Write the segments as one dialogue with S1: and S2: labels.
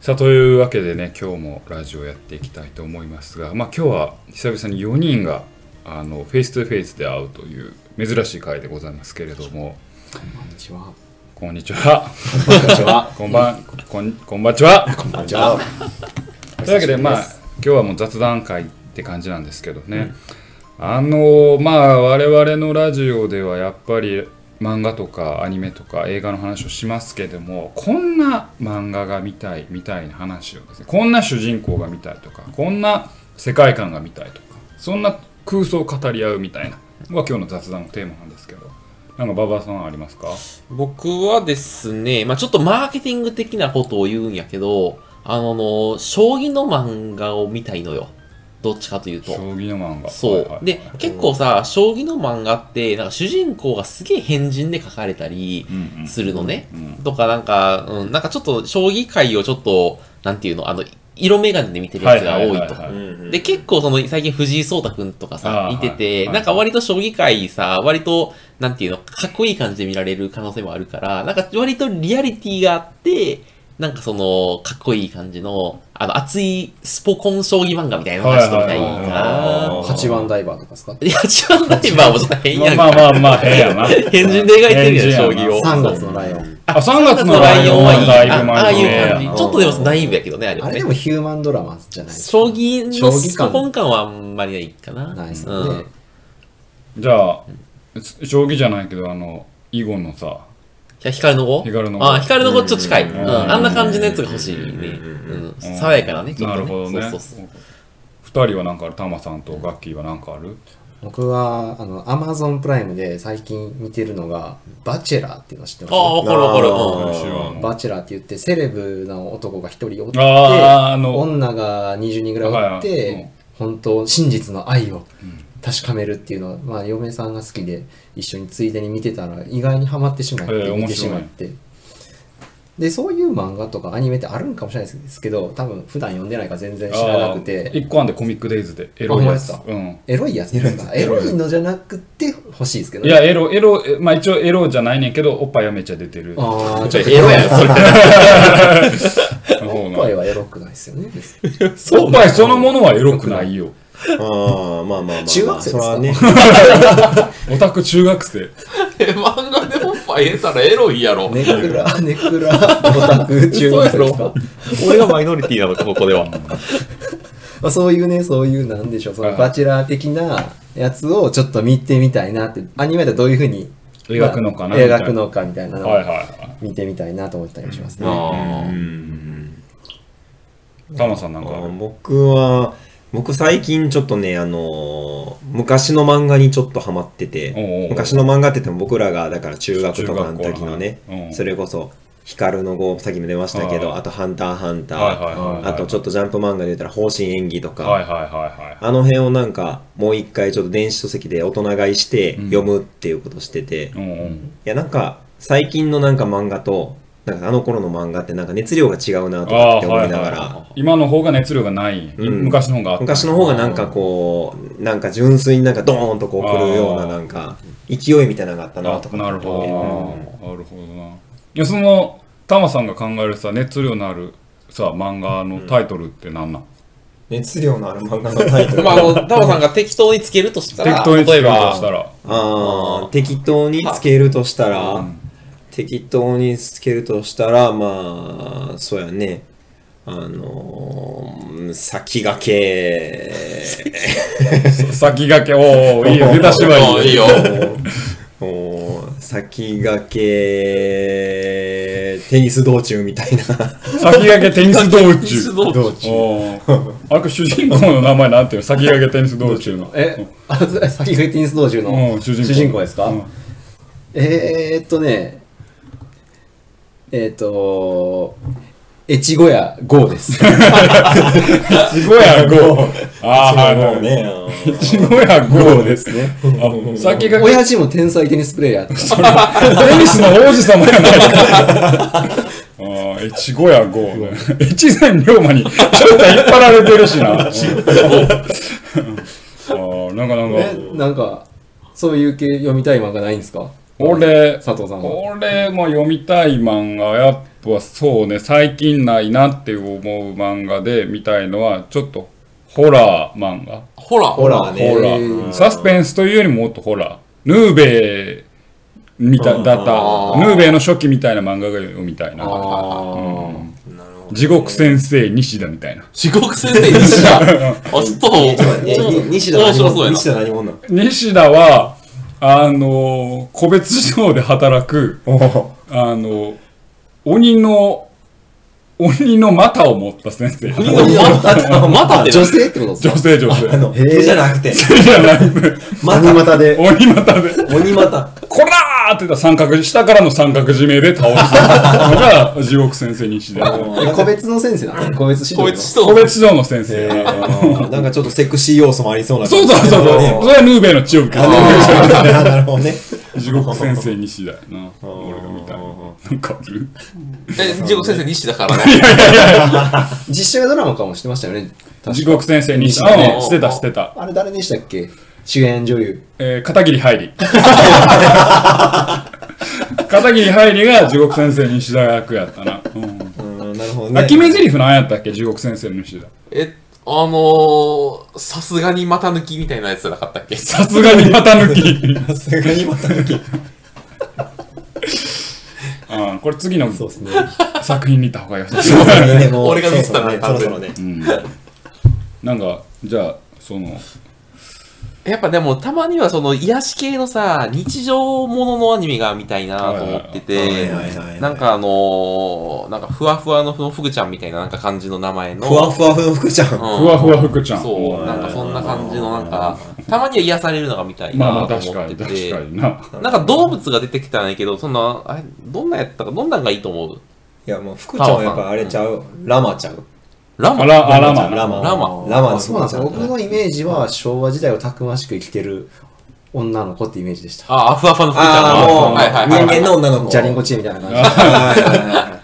S1: さあというわけでね今日もラジオやっていきたいと思いますが、まあ、今日は久々に4人があのフェイス2フェイスで会うという珍しい回でございますけれども
S2: こんにちは。
S1: こんにちは
S2: こんにちは。
S1: こんばんこんこんばんちは
S2: こんばんちは。
S1: というわけでまあ今日はもう雑談会って感じなんですけどね、あのまあ我々のラジオではやっぱり漫画とかアニメとか映画の話をしますけどもこんな漫画が見たいみたいな話をですねこんな主人公が見たいとかこんな世界観が見たいとかそんな空想を語り合うみたいなのが今日の雑談のテーマなんですけどなんか馬場さんありますか
S2: 僕はですね、まあちょっとマーケティング的なことを言うんやけど、あの将棋の漫画を見たいのよ。どっちかという
S1: 将
S2: と。
S1: 棋の漫画
S2: そう、
S1: はいはい
S2: で、結構さ、将棋の漫画って、なんか主人公がすげえ変人で書かれたり
S1: うんうん
S2: するのね。
S1: うん
S2: とか、なんか、うん、なんかちょっと、将棋界をちょっと、なんていうの、あの、色眼鏡で見てるやつが多いと
S1: はいはいはいはい
S2: か。で、結構その、最近藤井聡太くんとかさ
S1: あ、ー
S2: いてて、
S1: はい
S2: なんか割と将棋界さ、割と、なんていうの、かっこいい感じで見られる可能性もあるから、なんか割とリアリティがあって、なんかその、かっこいい感じの、あの、熱いスポコン将棋漫画みたいなのがちょっと見たい
S1: はい
S2: か
S1: はいはい
S2: な。
S1: はい
S3: 八番ダイバーとかですか
S2: いや、違うんだ、今はもうちょっと変やんか。
S1: まあまあまあ変やな
S2: 変人で描いてるやん、
S1: 変
S2: 将
S1: 人や
S2: 棋
S1: な
S2: を。
S3: 三月のライオン。
S1: あ3月のラ
S2: ラ
S1: イ
S2: イ
S1: オ
S2: オ
S1: ン
S2: ン
S1: は
S2: はいい。
S1: だいぶ
S2: あああいう感じ。
S1: 前
S2: ちょっとでもナイーブやけどね、あれ
S3: あ
S2: は
S3: れ
S2: ね
S3: で。もヒューマンドラマじゃないですか。
S2: 将棋のスポコン感はあんまりないかな。
S3: ないです
S2: う
S3: ね
S2: ん。。
S1: じゃあ、す将棋じゃないけど、あの、囲碁のさ、
S2: いや、光の子
S1: 光の子
S2: あ、光の子ちょっと近い。
S1: う
S2: うんん。あんな感じのやつが欲しいね。うん。
S1: うん
S2: 爽やかなね、ちょっ
S1: な
S2: と
S1: る
S2: ね。
S1: ほどね。
S2: そうそうそう。
S1: 二人はなんかある、タマさんとガッキーはなんかある
S3: 僕は、あの、アマゾンプライムで最近見てるのが、バチェラーっていうの知ってます
S2: ああ、わかるわかる。うん
S1: あ知らん
S3: バチェラーって言って、セレブの男が一人おって、
S1: あーあの
S3: 女が20人ぐらいおっ
S1: はいはいうん
S3: て、本当、真実の愛を確かめるっていうのは、まあ、嫁さんが好きで、一緒についでに見てたら、意外にハマってしまっ
S1: ええ
S3: て、見てしまっ
S1: 面
S3: て。で、そういう漫画とかアニメってあるんかもしれないですけど、多分普段読んでないから全然知らなく
S1: あー
S3: て、
S1: 一個あんでコミックデイズで、エロいやつ。
S3: あほ
S1: うん。
S3: エロいやつですかエロいのじゃなくて欲しいですけど
S1: い
S3: ね、
S1: や、エロ、エロ、えまあ一応エロじゃないねんけど、おっぱいはめっちゃ出てる。
S3: ああ、
S2: ち
S3: ち
S2: ょ
S3: ょっ
S2: っと
S3: と
S2: エロやん、それ。
S1: の方
S3: お
S1: が
S3: っぱいはエロくないですよね。
S1: おっぱいそのものはエロくないよ。
S4: ああ、まあまあまあまあ。
S3: 中学生ですか
S4: それはね。
S1: オタク中学生。
S2: 漫画でおっぱい入れたらエロいやろ
S3: ネクラ、 ネクラ、オタク、中学生ですか
S2: 俺がマイノリティなのか、ここでは。
S3: まあ、そういうね、そういうなんでしょう、そ
S1: は
S3: の
S1: い
S3: バチェラー的なやつをちょっと見てみたいなって、アニメでどういうふうに
S1: 描くのかな
S3: まあ
S1: みたいな
S3: 描くのかみたいなのを
S1: はいはいは
S3: 見てみたいなと思ったりしますね。
S2: ああ。
S1: い。タマさんなんかあ
S4: あ
S1: る。
S4: 僕は、僕最近ちょっとね、あのー昔の漫画にちょっとハマってて
S1: おうおう、
S4: 昔の漫画って言っても僕らが、だから中学とかの時の
S1: 中学校のはい
S4: ね
S1: う、ん
S4: それこそ、ヒカルの碁、さっきも出ましたけど、
S1: はい
S4: あとハンターハンタ
S1: はいはいはい
S4: ー、あとちょっとジャンプ漫画で言ったら方針演技とか、
S1: はいはいはいはい。
S4: あの辺をなんか、もう一回ちょっと電子書籍で大人買いして読むっていうことしてて、
S1: う
S4: い
S1: んうん。
S4: やなんか、最近のなんか漫画と、なんかあの頃の漫画ってなんか熱量が違うなとかって思いながら、
S1: 今の方が熱量がない、
S4: うん
S1: 昔の方があった
S4: 昔の方がなんかこう、なんか純粋になんかドーンとこう来るようななんか、勢いみたいなのがあったなとか。
S1: あなるほど
S4: う
S1: な、
S4: ん
S1: なるほどないやそのタマさんが考えるさ熱量のあるさ漫画のタイトルって何なん、
S4: 熱量のある漫画のタイ トル。
S2: まあ、あ の、タオさんが適当につけるとしたら、
S1: 適当につけ
S2: 例え
S1: るとし、
S2: ば
S1: た ら
S4: あー適当につけるとしたら、適当につけるとしたら、まあ、そうやね。あのー、先駆 け。
S1: 先駆けおおいいよ出だしはいいよ
S2: よ。
S4: もう先駆け、テニス道中みたいな。
S1: 先駆けテニス道
S2: テニス
S1: 中
S2: 道中
S1: おーあれ主人公の名前なんていうの先駆けテニス道中の
S3: え、あ、先がテニス道中
S1: う
S3: の
S1: ん
S3: 主
S1: 主
S3: 人
S1: 人
S3: 公
S1: 公
S3: ですか、
S1: うん
S3: えー、っとね、えー、っと、越後屋ゴーで
S1: ち
S3: す。
S1: ごや ゴーああはい
S4: もう
S1: はい
S4: ね。あのー
S1: ちごやゴーです
S3: すね。
S1: あ先駆け
S3: 親父も天才テニスプレイヤーとか。
S1: テニスの王子様やないか。ああ、越後やゴー。越前龍馬にちょっと引っ張られてるしな。ああ、なんかなんか、
S3: え、なんか、そういう系読みたい漫画ないんですか
S1: 俺、
S3: 佐藤さんは。
S1: 俺も読みたい漫画やっプはそうね最近ないなって思う漫画で見たいのはちょっとホラー漫画
S2: ほら、
S4: ホラーね。
S1: ホラ
S4: うん
S1: ーサスペンスというよりももっとホラーヌーベイみた
S4: うん
S1: だった
S2: あー
S1: ヌーベイの初期みたいな漫画が読みたいな
S2: あー
S1: うん
S4: なるほどね
S1: 地獄先生西田みたいな
S2: 地獄先生で した。あ、ちょっと、
S4: ちょっと待ってに西田
S2: 面白
S4: 何
S2: そうやな
S4: 者西田何者なの
S1: 西田はあの個別指導で働くあの鬼の鬼の股を持った先生
S2: みんなまた、またって
S3: 女性ってことです
S1: 女
S3: か
S1: 性女性
S4: あの、
S5: へー
S4: 手じゃなくて、
S1: じゃない
S4: ま
S5: 鬼
S4: た、
S5: 股で。
S1: 鬼股で
S4: 鬼また。
S1: 「こらー!」って言ったら三角下からの三角締めで倒したのが地獄先生西田
S3: え 個別の先生なの個別指
S2: こい
S3: 導
S2: つ
S3: の
S2: と
S1: 個、別指導の先生
S4: なんかちょっとセクシー要素もありそうな
S1: そう
S4: 感
S1: そ
S4: じ。
S1: うそうそうそれはヌーベイの血を受けて
S4: あー なるほどね。
S1: 地獄先生西田やな
S4: あー
S1: 俺が見たいなんかある
S2: え、地獄先生西だからね。
S3: 実写ドラマかもしてましたよね
S1: 地
S3: 確か
S1: 獄先生西
S2: 西田
S1: 田
S2: ね
S1: うんしてたしてた
S3: あれ誰でしたっけ主演女優
S1: えー片桐入り片桐入りが地獄先生西田役やったなうん
S4: うんなるほどね。
S1: あ決め台詞なんやったっけ地獄先生の西田
S2: え、あのー、さすがに股抜きみたいなやつじゃなかったっけ
S1: さすがに股抜き
S4: さすがにまた 抜き。
S1: うんこれ次の
S4: そうですね。
S1: 作品に行った方がよさ
S4: そ
S1: そうう
S4: ですね。もう
S2: 俺が見てたな
S4: そろそろね。
S1: うんなんかじゃあその
S2: やっぱでもたまにはその癒し系のさ、日常もののアニメが見たいなと思って
S4: はい
S2: て
S4: はいはいはい、
S2: なんかあのー、なんかふわふわのふのふぐちゃんみたいななんか感じの名前の。
S4: ふわふわふの福ちゃん。
S2: うん
S1: ふわふわ福ちゃん
S2: そう、なんかそんな感じの、なんか、たまには癒されるのが見たい
S1: まあま
S2: な
S1: あ
S2: と
S1: 確
S2: 思
S1: か
S2: っ
S1: に
S2: て
S1: 確
S2: て
S1: か。にな
S2: なんか動物が出てきたんやけど、そんな、あれ、どんなんやったか、どんなんがいいと思う
S4: いや、もう福ちゃんはやっぱあれちゃう。ラマちゃう。
S2: ラ
S1: あ
S2: マ
S1: らあらま
S4: ラマラマ。
S2: ラマ
S4: ラマの
S3: あそうなんですよ
S4: 福ちゃ
S3: 僕のイメージは昭和時代をたくましく生きてる女の子ってイメージでした
S2: あ、あふわふわのふぐちゃん
S4: あ
S2: の
S4: あ、もう、
S2: はいはいはいはい。
S4: 人間の女の子。
S3: ジャリンコ
S4: ち
S3: チーみたいな感じ
S4: ゃん。はいはいはいはい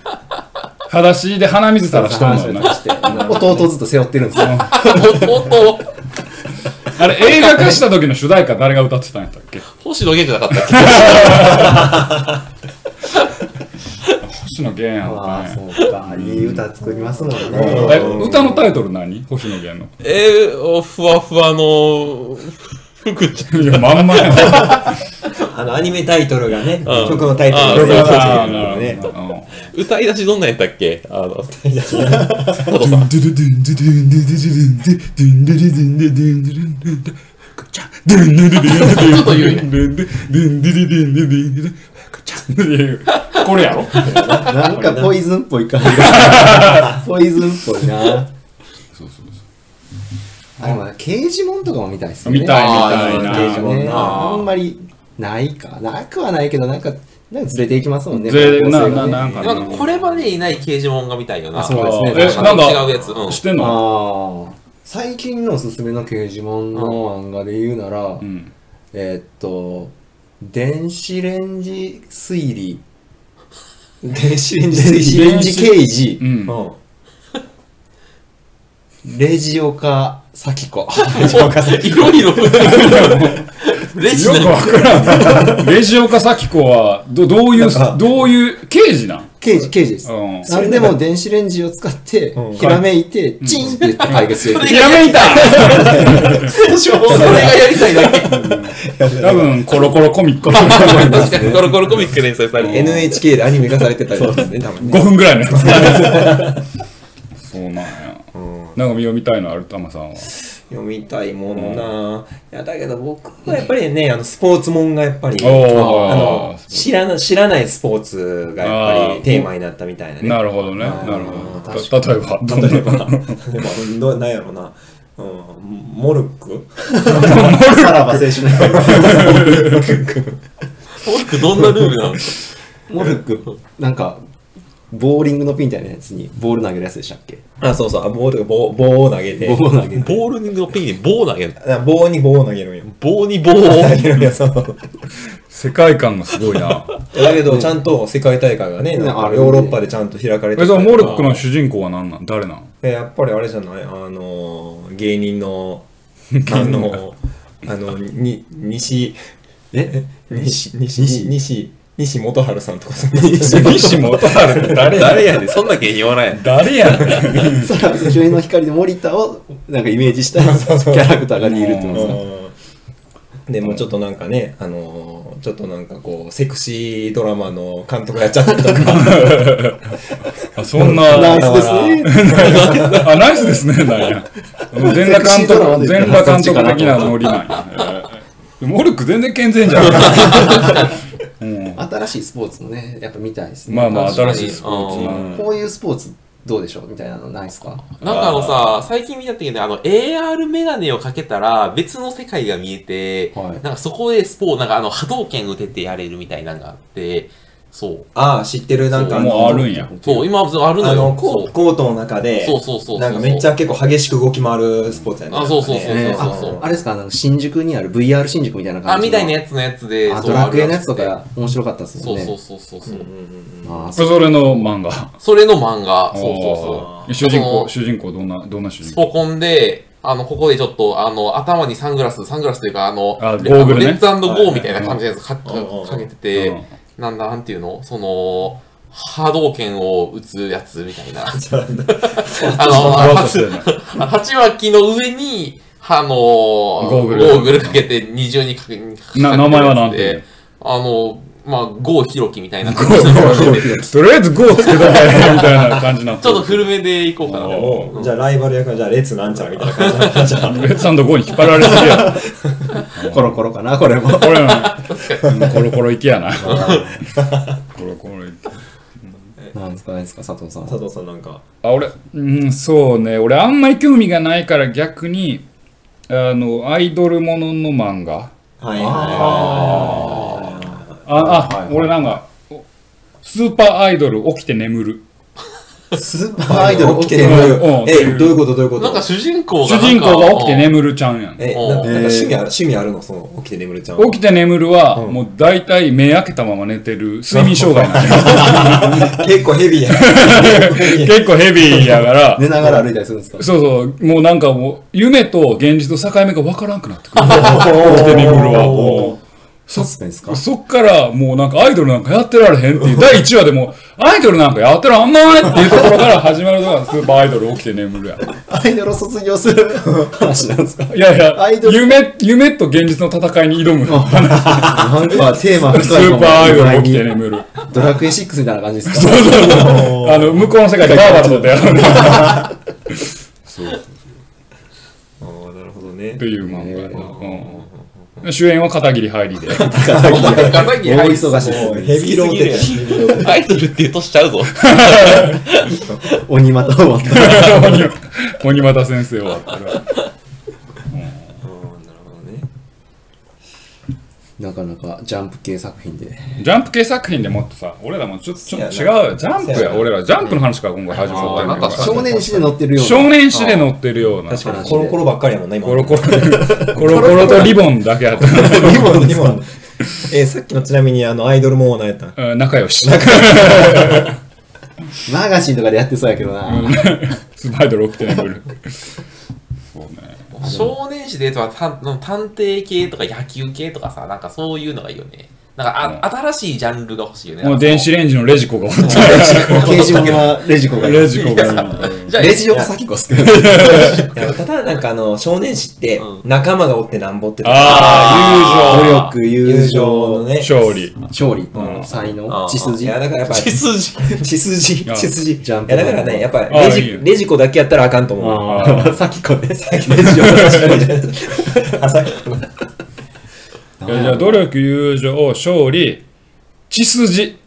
S1: 裸足で鼻水垂らしとんのよな
S3: して弟をずっと背負ってるんですよ
S2: おっ とおっと、
S1: あれ映画化した時の主題歌誰が歌ってたんやったっけ
S2: 星野源じゃなかったっ
S1: 星野源や
S3: ああ
S1: ん
S3: そうかいい歌作りますもんね
S4: うん
S1: え歌のタイトル何星野源
S2: け えー、おふわふわの、ふぐちゃん。
S1: のいやまんまやな
S4: あの、アニメタイトルがね、
S2: ん
S4: 曲のタイトル
S2: 曲
S4: が
S1: ああ
S4: そう
S1: な
S4: いう
S1: るほ
S4: こ
S1: ど
S4: とね。
S1: なうん
S2: 歌い出しどんなんやったっけあの、
S1: ドゥンドゥルドゥンドゥドゥンドゥドゥルンドゥドゥンドゥルドゥンドゥドゥンドゥルンドゥドゥクチャドゥンドゥルドゥンドゥドゥンドゥドゥンドゥドゥルンドゥドゥンドゥドゥクチャっていうこれやろ
S3: なんかポイズンっぽい感 じがポイズンっぽいな
S1: そうそうそ
S3: あでも刑事もんとかも見たいです
S1: う
S3: よね
S1: 見た
S2: あ
S1: い
S2: ー
S1: みた
S4: 刑
S1: い
S4: 事
S1: な
S4: もん
S3: ね
S4: な
S3: あんまりないかなくはないけどなんかなんかずれていきますもんね
S1: ずれ
S3: 方向性がね
S1: なななんか
S2: なんかこれまでいない刑事もんが見たいよな。
S3: あそう
S1: え
S3: ですね
S1: な
S2: あの
S1: んか
S2: 違うやつ。 うん。
S1: してんの
S3: ああ最近のおすすめの刑事もんの漫画で言うなら、
S1: うん
S3: えーっと電子レンジ推理
S4: 電子レンジ
S3: 電子レンジ刑
S1: う
S3: 事
S1: ん
S3: レジオカ咲子
S2: いろいろ。レジ
S1: よくわ
S2: な
S1: からんレジオカサキコはどどういう
S4: なんか
S1: どういう刑事なん
S3: 刑事刑事です
S1: うん
S3: それでも電子レンジを使って
S4: うん
S3: ひらめいてチンって言って解決する
S2: そ
S1: ひらめいた
S2: それがやりたいだけ。
S1: 多分コロコロコミック
S2: 確 かにコロコロコミック連載されて。
S4: NHK でアニメ化されてたりとかね、多分ね。
S1: 5分ぐらいのやつそうなんやなんか見よみたいのあるたまさんは
S4: 読みたいものな、いやだけど僕はやっぱりねあのスポーツもんがやっぱり
S1: おー
S4: あの知らな知らないスポーツがやっぱ
S1: あー
S4: りテーマになったみたいなね
S1: なるほどね
S4: あ
S1: な
S4: ー
S1: るほど
S3: 確
S1: た例えばどんな
S4: 例えば例えば運動なんやろな、うん、モルック
S3: さらば青春の
S2: モルックどんなルールなの
S3: モルックなんかボーリングのピンみたいなやつにボール投げるやつでしたっけ
S4: あそうそうあ棒とか棒棒を投げて
S3: ボール投げる
S2: ボールのピンに棒投げる。
S4: あ棒に棒を投げるんよ
S2: 棒に棒を。
S4: 投げるんやそうそう
S1: 世界観がすごいな
S4: だけどちゃんと世界大会がね
S3: ね
S4: なんか
S3: あるんで
S4: ヨーロッパでちゃんと開かれて
S1: えそのモルックの主人公は何なん誰なん
S4: えやっぱりあれじゃないあのー芸 人のあのあのに西
S3: え
S4: 西西西西西元春さんとかそんな
S1: 西元春って誰や
S2: 誰やねんそんな芸人言わないやん
S1: 誰やねん
S3: 空の上の光の森田をなんかイメージしたキャラクターがいる ってことですか
S4: うんでもうちょっとなんかね、あのーちょっとなんかこう、セクシードラマの監督やっちゃったり とか、
S1: あそんな
S3: ナイスですね。
S1: あナイスですねなんや全裸監
S3: セクシードラマ
S1: 督
S3: で
S1: 全裸監督的なノリなんやえーモルック全然健全じゃん、うん、
S3: 新しいスポーツもね、やっぱ見たいですね。
S1: まあまあ
S3: 確かに
S1: 新しいスポーツな
S3: こういうスポーツどうでしょうみたいなのないですか
S2: なんかあのさ、最近見た時に、あの、AR メガネをかけたら、別の世界が見えて、
S3: はい
S2: なんかそこでスポー、なんかあの、波動拳打ててやれるみたいなのがあって、そう。
S4: ああ、知ってる、なんかの
S1: もうあるんや
S2: そう、今、あるの
S4: あ
S2: よ。
S4: のコ
S2: そう
S4: ーコートの中で、
S2: そうそうそうそう
S4: なんかめっちゃ結構激しく動き回るスポーツやね。
S2: あそうそうそうそう
S4: なん
S3: あ
S4: かね
S2: そうそう
S3: あれですかあの新宿にある VR 新宿みたいな感じ
S2: あ、
S3: の
S2: みたいなやつのやつで、
S3: あ
S2: そう
S3: ドラクエのやつと。
S2: あるら
S3: か面白かったで
S2: しくて
S3: す
S2: そ
S3: よ
S2: う
S3: ね。
S2: そうそうそうそう。
S3: あーそ
S1: それの漫画
S2: それの漫画。そうそう
S1: あ
S2: そ
S1: ー
S2: う。
S1: 主人
S2: あ
S1: 公
S2: の
S1: 主人公どんなどんな主人
S2: ス
S1: 公
S2: ポコンで、あの、ここでちょっと、あの、頭にサングラス、サングラスというか、あの、
S1: あ
S2: レ
S1: ゴーグルね
S2: あのレッツゴーみたいな感じのやつか
S4: はいはい
S2: かかけてて、なんだ、なんていうのその、波動拳を打つやつみた いな。あの、
S1: ふわっと
S2: は
S1: してるね
S2: 鉢巻きの上に、あの、ゴ
S1: ーグル
S2: かけて二重にかけ、
S1: な名前はなんていうの
S2: で、あの、まあ、ゴーヒロキみた いな。ち
S1: ゴーとりあえずゴーつけとけみたいな感じな
S2: ょっと古めでいこうかな。
S4: おうじゃあライバル役はじゃあレッツなんちゃらみたいな感じなんじゃ
S1: レッツゴーに引っ張られすぎやろ
S3: うコロコロかなこれも。
S1: これなうんコロコロ行き やなコロコロ行き
S3: なんですかないですか佐藤さん。
S4: 佐藤さんなんか。
S1: あ俺うんそうね俺あんまり興味がないから逆にあのアイドルものの漫画
S4: はいはいは
S1: あ
S3: はいは
S1: あ
S3: い
S1: 俺なんかおスーパーアイドル起きて眠る
S3: スーパ
S4: い。
S3: ーアイドル
S4: 起
S3: 起き
S4: き
S3: て
S4: て る
S3: る。
S1: うんうん
S4: え、どういうことどういうこ
S2: なん
S4: と
S2: か主人公
S1: 主
S2: がなんか。
S1: 人公が起きて眠るちゃんやん
S4: え、
S2: うん
S4: なんかなんか趣味
S3: えー
S4: ある趣味あるのその、起きて眠れちゃう
S1: 起きて眠るはもう大体目開けたまま寝てる睡眠障害なんや
S4: 結構ヘビー や。ヘビーや
S1: 結構ヘビーやから
S3: 寝ながら歩いたりするんですか
S1: そうそうもうなんかもう夢と現実の境目が分からんくなってくる
S4: 起
S1: 起きて眠るは
S4: お
S1: も
S4: ー
S3: サスペンスか
S1: う。そっからもうなんかアイドルなんかやってられへんっていう第1話でもアイドルなんかやってらんないっていうところから始まるのがスーパーアイドル起きて眠るや
S3: アイドルを卒業する話なんですか
S1: いやいや
S3: アイドル
S1: 夢夢と現実の戦いに挑む話
S3: なんかテーマ
S1: ス
S3: 深い
S1: ー
S3: かも
S1: パーアイドル起きて眠る
S3: ドラクエ6みたいな感じですか
S1: あの向こうの世界でバーバーと出会う
S4: あーなるほどね
S1: って。いう漫画やなうん主演は片桐はいりで
S2: 片桐はいり
S3: 大忙しです
S4: もうヘビーローテーション
S2: アイドルって言うとしちゃうぞ。
S3: 鬼また終わった
S1: 鬼又先生はある
S4: うんなるほどね。
S3: なかなかジャンプ系作品で
S1: ジャンプ系作品でもっとさ俺らもちょちょっと違うよジャンプ
S4: そうや
S1: や
S4: な
S1: 俺らジャンプの話から今回始まったんや
S2: あーなんか
S1: か
S3: 少年誌で載ってるよ
S1: ら
S3: うな
S1: 少年誌で載ってるような
S4: 確かにコロコロばっかりやもんな、今。
S1: コロコロ コロコロとリボンだけやった
S4: リボン、リボン。えー、さっきのちなみにあのアイドルも何やったん
S1: うん仲良し
S3: マガジンとかでやってそうやけどな、
S1: スパイドル起きて眠るそうね
S2: 少年誌で言うと探探偵系とか野球系とかさ、なんかそういうのがいいよね。なんかあ、新しいジャンルが欲しいよね。
S1: もう電子レンジのレジコがおった
S3: 刑事物はレジコがいい
S1: レジコが
S2: じゃあ、
S3: レジ横先子すく
S4: いやただなんかあの少年誌って
S2: う
S4: 仲間がおってなんぼってとか
S1: あ
S3: 努
S1: あ
S3: 力友情
S4: のね
S1: 友情勝利
S3: 勝利、才
S2: あ
S3: 能
S2: ー
S3: 血
S4: い
S3: 筋
S4: やだからやっぱ
S2: 血
S4: 血
S2: 筋。
S4: 筋
S1: あ
S4: 血筋
S3: ジャンプ
S4: いやだからねやっぱ
S1: あ
S4: レ
S1: いい
S4: ジ
S1: よ
S4: レジ子だけやったらあかんと思う
S3: ああ先子ねレジ横
S4: あさっき
S1: いやじゃあ努力友情勝利血筋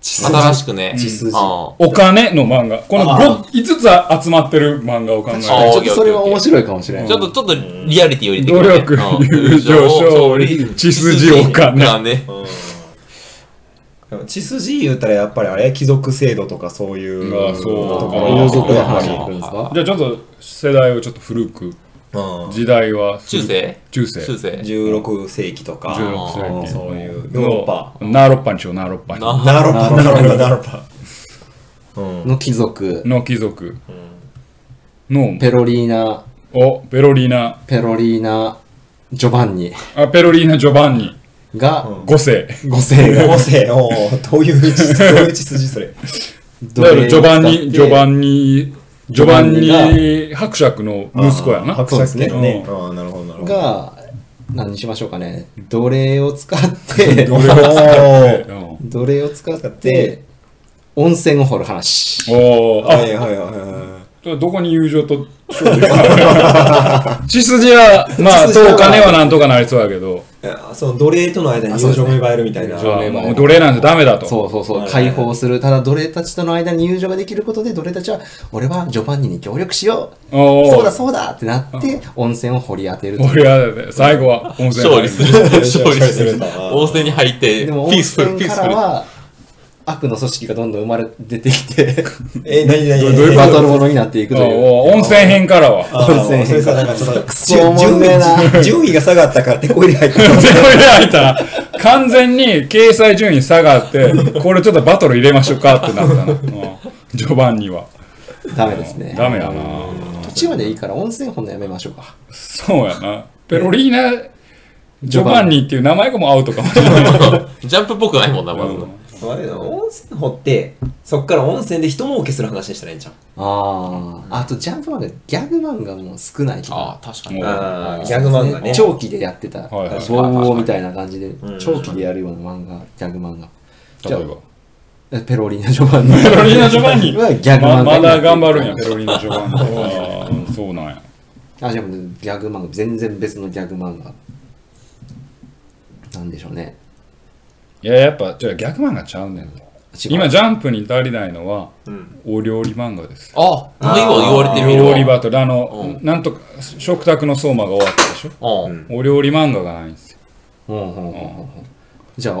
S2: 新しくね。
S3: 血筋
S2: うんあ
S1: お金の漫画この
S3: あ
S1: 5, 5つ集まってる漫画を考える
S2: あ
S3: ちょっとそれは面白いかもしれ
S2: ー
S3: ない
S2: ちょっと、ちょっとリアリティを入れて
S1: 努力友情勝利血筋お金
S2: ね。
S4: 血筋言うたらやっぱりあれ貴族制度とかそういう
S1: うわそう
S4: ところ
S3: 王族の話
S4: や
S3: に
S4: っ
S3: 来るんですか
S1: じゃあちょっと世代をちょっと古く
S4: ぱり
S1: 時代は古
S2: 中
S1: く中
S2: 世
S1: 世
S2: 中世。
S4: 16世紀とか
S1: 16世紀
S4: そういう
S1: の
S4: ヨーロッパ
S1: ナーロッパにしようナーロッパに
S2: な
S4: ナロパナロパナロパうん
S3: の貴族
S1: の貴族の
S3: ペロリーナ
S1: おペロリーナ
S3: ペロリーナジョバンニ
S1: あペロリーナ・ジョバンニ
S3: が、
S1: 五世
S4: 五世五世おーどういう道どういう道筋それ
S1: だから序盤に序
S3: 序盤
S1: 盤に序盤
S3: 序盤
S1: に伯爵の息子やな
S4: あー伯
S1: そう
S4: 爵ね
S1: ですね
S4: ねあーなるほどなるほど
S3: が、何にしましょうかね。奴隷を使って、
S4: おー
S1: うん
S3: 奴隷を使っ
S4: 使ってて、
S3: 温泉を掘る話。
S1: おーあ、
S4: はいはいはいは
S1: どこに友情と勝利が血筋はまあ
S4: 血筋は
S1: とお金はなんとかなりそうやけど
S4: いいやその奴隷との間に友情芽生えるみたいな
S3: あ
S1: じ
S3: そう
S1: ゃ
S3: で
S1: あ
S3: すね
S1: もう奴隷なんてダメだと
S3: そうそうそ
S4: は
S3: う、
S4: いはいは
S3: 解
S4: い
S3: 放する。ただ、奴隷たちとの間に友情ができることで、奴隷たちは、俺はジョバンニに協力しよう
S1: おー
S3: そうだそうだってなって、温泉を掘り当てると。
S1: 俺はね最後は温泉
S2: 勝利する。勝利す
S4: 勝利す
S2: る
S4: る。
S2: 温泉に入って、
S3: で
S2: ピ
S3: も、温
S2: ースフル、
S3: 泉
S2: ピー
S3: か
S2: スフ
S3: ら
S2: ル。
S3: は、悪の組織がどんどん生まれ出てきて、
S4: え何何
S1: どう
S4: 何
S1: どういうこ
S3: バ
S1: と
S3: トルものになっていく
S1: あ
S3: という。
S1: お温泉編からは
S4: あー
S3: 温泉
S4: それさなんかちょっと
S3: クソおもん
S4: 順
S3: ねえな
S4: 位順位が下がったから手こ入れ 入っ
S1: こ
S4: た
S1: れ入ったら完全に掲載順位下がってこれちょっとバトル入れましょうかってなったの、うん序盤には
S3: ダメですね。
S1: ダメやな
S3: 途中までいいから温泉掘るのやめましょうか。
S1: そうやなペロリーナジョバンニっていう名前がもうアウトかもしれない
S2: ジャンプっぽくないもんな、まず。
S4: あれだ温泉掘ってそっから温泉で人儲けする話にしたらいいんじゃん
S3: ああ。あと、ジャンプ漫画、ギャグ漫画も少ない気が
S2: ああ、確かに。
S1: もう
S4: あーギャグ漫画ね
S3: 長期でやってた、
S1: はいはい
S3: ボーボーみたいな感じで
S4: ん、
S3: 長期でやるような漫画、ギャグ漫画。じゃ
S1: 例え
S3: あ
S1: ば
S3: えペロリーナ・ジョバンニ。
S1: ペロリーナ・ジョバンニ
S3: は ギャグ漫
S1: ま
S3: 画
S1: まだ頑張るんやペロリーナ・ジョバンニあーそうなんや
S3: あ、じゃあもうギャグ漫画、全然別のギャグ漫画。なんでしょうね。
S1: いややっぱじゃあ逆漫画ちゃうねん
S3: 違う
S1: 今ジャンプに足りないのは
S4: うん
S1: お料理漫画です
S2: ああ、ないわ、言われて
S1: お
S2: みる
S1: 料理
S2: わ。
S1: バトルあの、なんとか食卓の相馬が終わったでしょ
S2: うん。
S1: お料理漫画がないんですよ
S3: うんうんうんうんじゃあ、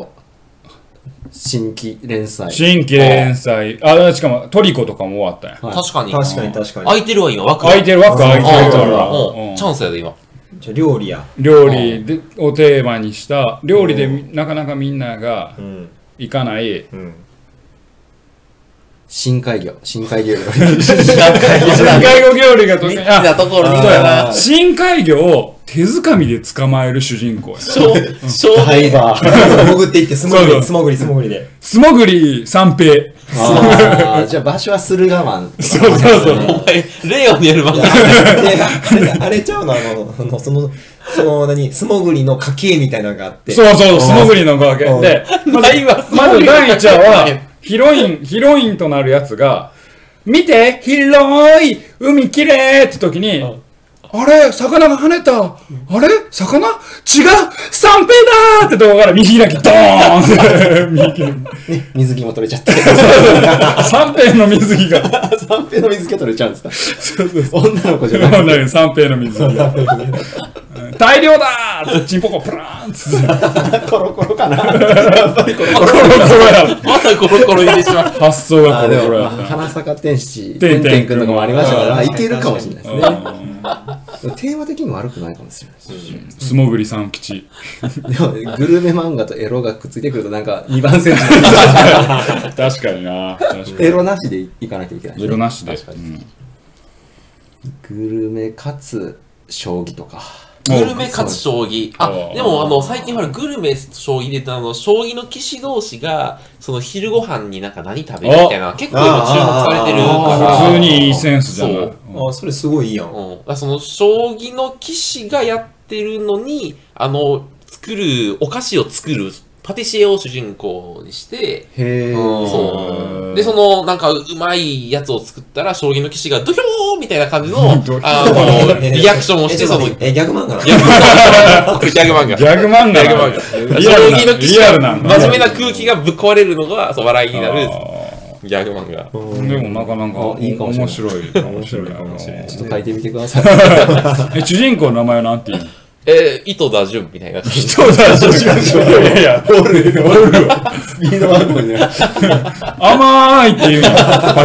S3: 新規連載。
S1: 新規連載あしかもトリコとかも終わったやん
S3: はい
S2: 確かに。
S4: 確かに確か
S2: 空
S4: に
S2: いてるわ、今、枠。
S1: 空いてる枠空い
S2: る
S1: てるか
S2: わ
S1: ら
S2: うん
S1: うん
S2: チャンスやで、今。
S4: じゃあ料理や
S1: 料理でをテーマにした料理でみなかなかみんなが
S4: うん
S1: 行かない
S4: うん
S3: 深海魚。深 海魚。
S1: 深海魚料理が得
S2: み
S1: 意
S2: んな
S1: あ
S2: ところに行
S1: そう
S2: く
S1: や
S2: や
S1: な
S2: な。
S1: 深海魚を手づかみで捕まえる主人公や
S2: そう、そう。
S3: ダイバー。
S4: 潜っていって素潜
S1: そうそう
S4: り素潜り素潜りで
S1: 素潜り三平
S3: あーじゃあ場所は駿河湾。
S1: そうそうそう
S2: お前、レイオンでやる漫画。
S4: であれあれちゃうのあのあのそのその何素潜りの家系みたいなのがあって
S1: そうそう素潜りのわけでまず
S2: ないわ、
S1: まず第1話
S2: ない
S1: は、 ヒロイン、ヒロインとなるやつが、見て広い海きれいって時に、あれ魚が跳ねたあれ魚違う三平だーって動画から見開きドーンって見開き
S3: 水着も取れちゃって。
S1: 三平の水着が。
S3: 三平の水気取れちゃうんですか女の子じゃなくて。
S1: 三平の水着が。大量だーってチンポコプラーンっつって。
S3: コロコロかな。
S1: コロコロや。
S2: またコロコロ入れてしまう。
S1: 発想が
S3: あ
S1: コ
S3: で
S1: ロコ
S3: も、
S1: ロ
S3: ま
S1: や
S3: あ
S1: った。
S3: 花坂天使、て
S1: 天
S3: ん
S1: 天
S3: てんくんとかもありましたから、いけるかもしれないですね。
S1: うん
S3: テーマ的にも悪くないかもしれないし。
S1: 素潜り三吉。
S3: でも、グルメ漫画とエロがくっついてくると、なんか、二番線
S1: 確かにな。確かに
S3: エロなしでいかなきゃいけないです
S1: エ
S3: ね
S1: ロなしで。
S3: グルメかつ、将棋とか。
S2: グルメかつ将棋。あ
S1: お、う
S2: でもあの、最近ほら、グルメと将棋で言うとあの、将棋の棋士同士が、その昼ご飯になんか何食べるみたいな、結構今注目されてるから。
S1: 普通にいいセンスじゃない。
S2: そう
S4: あそれすごいいいやん
S2: うん、だからその将棋の棋士がやってるのにあの作るお菓子を作るパティシエを主人公にして
S3: へ
S4: うん
S3: ー。
S2: そうでそのなんかうまいやつを作ったら将棋の棋士がドヒョーみたいな感じの
S1: ドヒョー
S2: あのリアクションをして
S4: え
S2: その
S4: ちょっと待ってえギャグ漫画なの
S2: ギャグ漫画ギャグ漫画
S1: ギャグ漫画
S2: ギャグ漫画
S1: リアルな
S2: 将棋の棋士
S1: リアルな
S2: が真面目な空気がぶっ壊れるのがそう笑いになるギャグ漫画
S1: でもなかなか
S3: あいいかも
S1: 面
S3: しれない
S1: 白い。面白いな。
S3: ちょっと書いてみてください。
S1: え、主人公の名前はなんていうの
S2: えー、糸田潤みたいな感 じ
S1: そうだ、主人公。いやいや、
S3: おるおるスピードワゴンじゃない。
S1: 甘いっていうパ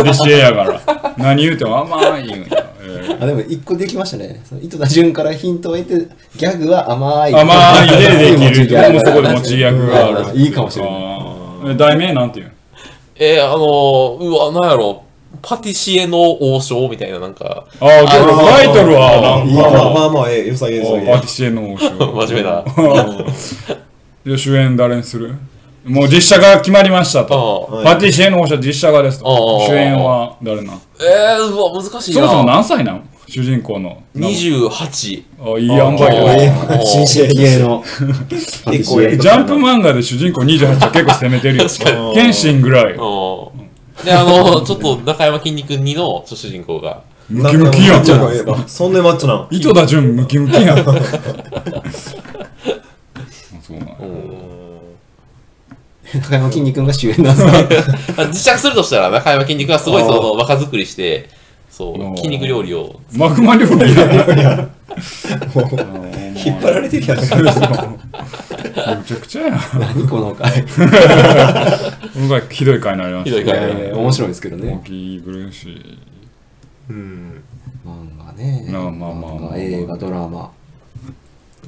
S1: ティシエやから。何言うても甘い言うんや。えー
S3: あ、でも、一個できましたね。その井戸田潤からヒントを得て、ギャグは甘い。
S1: 甘いでできる。もうそこで持
S3: 持
S1: ち
S3: ち
S1: 役があ
S3: あ
S1: る。
S3: ーいいかもしれない
S1: ない。え題名なんていうの
S2: えー、あのー、うわ、なんやろ、パティシエの王将みたいな、なんか、
S1: ああ、今日のタイトルはなん
S4: まあまあ
S1: か
S4: まあまあええ良さげ良さ
S1: おパティ
S4: げ
S1: シエの王将。
S2: 真面目な。
S1: じゃあ主演誰にするもう実写が決まりましたと。
S4: ああ
S1: パティシエの方は実写がですと。
S2: ああ
S1: 主演は誰なん
S2: えー、うわ、難しい
S1: そ
S2: な。
S1: もそも何歳なん主人公の。
S2: 28。
S1: あいい塩梅やな
S2: おー
S3: 新進気鋭のパティシエ
S1: ジャンプ漫画で主人公28は結構攻めてるよ。
S4: に
S1: 剣心ぐらい。
S2: うん。で、あの、 ちょっと中山筋肉2の主人公が。
S1: ムキムキやん。
S4: ん。そんなマッチョな の
S1: 井戸田純ムキムキやん。あそうなんや
S3: 中山きんに君が主演なんですか
S2: あ実写するとしたら中山筋肉がすごいそ
S4: あ
S2: の若作りして、そ
S1: おー
S2: う、筋肉料理を。
S1: マグマ料理やん。
S3: 引っ張られてるやん
S1: めちゃくちゃやん。
S3: 何この回
S1: 今回ひどい回になりました。
S2: ひどい
S3: い
S2: 回
S3: やいや面白いですけど
S1: 大
S3: ね
S1: きい苦しい。
S4: うん。
S3: 漫画ね
S1: まあまあまあ
S3: 漫画映画ドラマ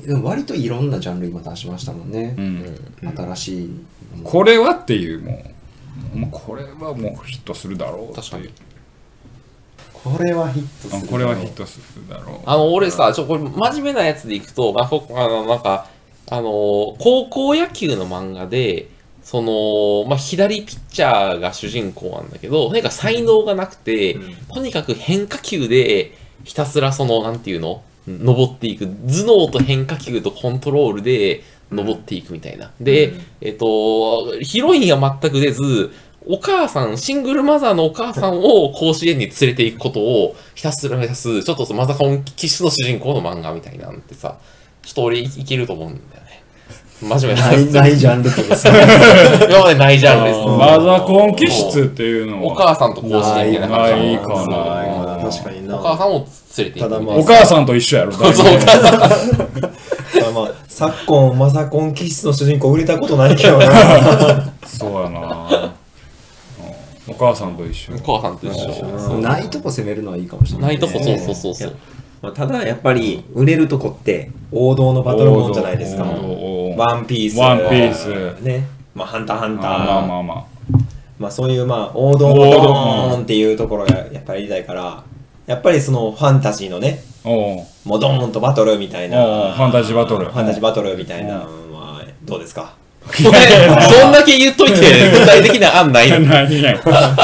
S3: でも割といろんなジャンル今出しましたもんね、
S1: うん
S3: 新しいのも
S1: これはっていうもうもうこれはもうヒットするだろう
S2: 確かに。
S3: これはヒット
S1: あ
S3: する
S1: これはヒットするだろう
S2: あの、俺さ、ちょ、これ真面目なやつでいくと、まあ、こあの、なんか、あの、高校野球の漫画で、その、まあ、左ピッチャーが主人公なんだけど、とにかく才能がなくて、
S4: うん
S2: とにかく変化球で、ひたすらその、なんていうの登っていく。頭脳と変化球とコントロールで、登っていくみたいな。で、
S4: うん
S2: えっと、ヒロインが全く出ず、お母さん、シングルマザーのお母さんを甲子園に連れていくことをひたすら目指す、ちょっとそのマザコン気質の主人公の漫画みたいなんてさ、ちょっと俺いいけると思うんだよね。真面目な
S3: な
S2: 話
S3: いないジャンルとかさ
S2: 今までないジャンルです。
S1: マザコン気質っていうの
S2: お
S1: は
S2: 母さんと甲子園みたいな
S1: あ
S2: 感
S1: い
S2: じ
S1: いかな
S4: ない確かにな。
S2: お母さんを連れてい
S4: ただ
S2: くみ
S4: ま
S2: た
S4: あ
S2: い
S1: お母さんと一緒やろ
S2: な。 そう、お母さん。
S4: まあまあ、昨今、マザコン気質の主人公売れたことないけどな。
S1: そうやなお母さんと一緒
S2: お母さんと一緒。そう
S3: ないとこ攻めるのはいいかもしれな、
S2: ないいとこ、そうそうそうそ
S4: いうや。 まあ、ただ、やっぱり、売れるとこって、王道のバトルもんじゃないですか。
S1: おーおーおー
S4: ワンピース。
S1: ワンピース
S4: ね。まあ、ハンターハンター。
S1: まあまあまあま
S4: まあそういうまあ王道のドーンっていうところがやっぱりやりたいから、やっぱりそのファンタジーのね、
S1: あおう
S4: もうドーンとバトルみたい
S1: あ
S4: な。
S1: あファンタジーバトル
S4: ファンタジーバトルみたいなのはどうですか
S2: これ、どんだけ言っといて、具体的な案ないの
S1: 何や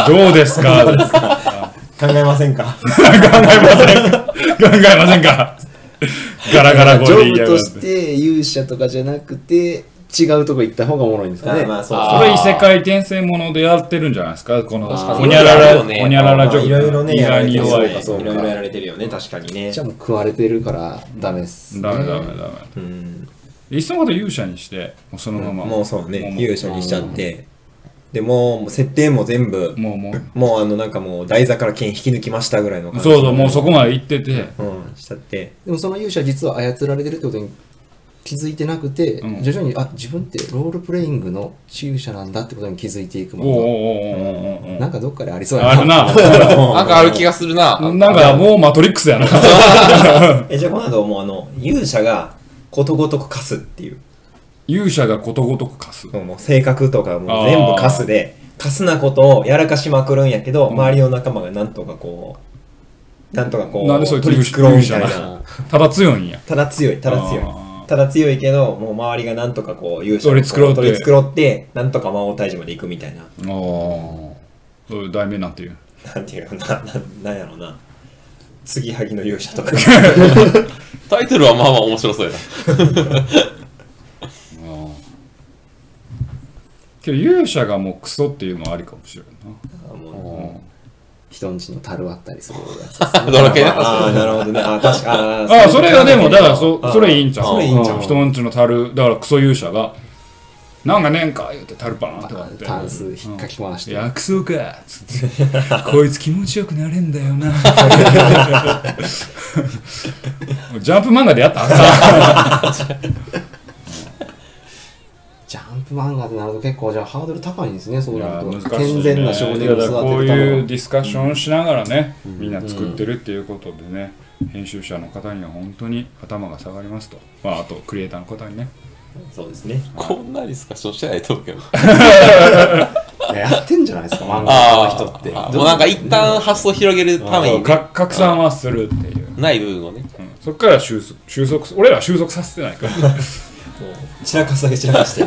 S1: どうですか考えま
S4: 考えませんか
S1: せんか考えませんかガラガラ
S3: ジ
S1: 声で言
S3: ョ
S1: いや
S3: ブ
S1: が
S3: と
S1: っ
S3: してて勇者とかじゃなくて違うとこ行った方がおもろいんですかね
S4: あまあそう
S1: そ
S2: あ
S1: れ異世界転生ものでやってるんじゃないですかこの
S2: 確かに
S1: ほにゃらら
S2: いろいろあるよね
S1: ほにゃららジョブ
S4: いろいろね、
S1: 意
S4: やら
S1: 外
S4: れ
S1: に
S4: てる。
S1: 弱
S4: そう
S1: い
S4: かそうかいろいろやられてるよね、確かにね
S3: じゃ。あもう食われてるからダメっす、ね、
S1: ダメダメダメ
S4: うん。
S1: いっそのこと勇者にしてもうそのまま、
S4: もうそうね、
S1: も
S4: 勇者にしちゃって。でもう、もう設定も全部、
S1: もうもう
S4: もうあのなんかもう台座から剣引き抜きましたぐらいの感じ。
S1: そうそうもうそこまで行ってて
S4: うん、しちゃって。
S3: でもその勇者実は操られてるってことに気づいてなくて、
S1: うん
S3: 徐々にあ自分ってロールプレイングの勇者なんだってことに気づいていく
S1: おうおう
S3: も
S1: おうおうおうお
S3: の
S1: う
S3: なんかどっかでありそうや
S1: あ
S3: な
S1: る な
S2: なんかある気がするな。
S1: なんかもうマトリックスやな
S4: えじゃあこの後もうあの勇者がことごとく貸すっていう
S1: 勇者がことごとく貸す
S4: もうもう性格とかも
S1: あ
S4: う
S1: ー
S4: 全部貸すで貸すなことをやらかしまくるんやけど、周りの仲間がなんとかこうなんとかこう
S1: なんでそいつ
S4: 取り繕うみたい
S1: 勇者
S4: な
S1: ただ強いんや
S4: ただ強いただ強
S1: あー
S4: いただ強いけどもう周りがなんとかこう勇者を
S1: 取り繕って
S4: 取り繕ってなんとか魔王退治まで行くみたいな
S1: おおそういう題名なんていう
S4: なんていうのなななん やろうな継ぎはぎの勇者 とか
S2: タイトルはまあまあ面白そうやな。
S1: あけど勇者がもうクソっていうのはありかもしれんな
S4: もう
S3: 人んちの樽割ったりするや つ
S2: ドラケン
S4: ああなるほどねあー確かあー
S1: あそれがでもだからそそれいいんちゃう
S4: それいいんちゃう
S1: う人んちの樽だからクソ勇者がなんかねんか言って樽バーンって割って
S3: タンス引っかき回して、
S1: 約束かつってこいつ気持ちよくなれんだよ なジャンプ漫画でやったらあかん
S3: ジャンプ漫画ってなると結構じゃあハードル高いんですねそう
S1: い
S3: な
S1: や
S3: る
S1: 難し
S3: と
S1: い、ね、
S3: 健全な少年を育てるた
S1: だからこう
S3: めの
S1: いうディスカッションしながらね、みんな作ってるっていうことでね、編集者の方には本当に頭が下がりますと、まあ、あとクリエイターの方にね
S4: そうですね
S2: こんなディスカッションしてないと思うけど。
S3: いややってんじゃないですか漫画
S2: あ
S3: 家の人って
S2: あもうなんか一旦発想広げるため
S1: そう
S2: に、
S1: か拡散はするっていう、
S2: ない部分をね。
S1: うんそっから収束収束す俺らは収束させてないから
S6: もう
S4: 散らかすだけ散らかして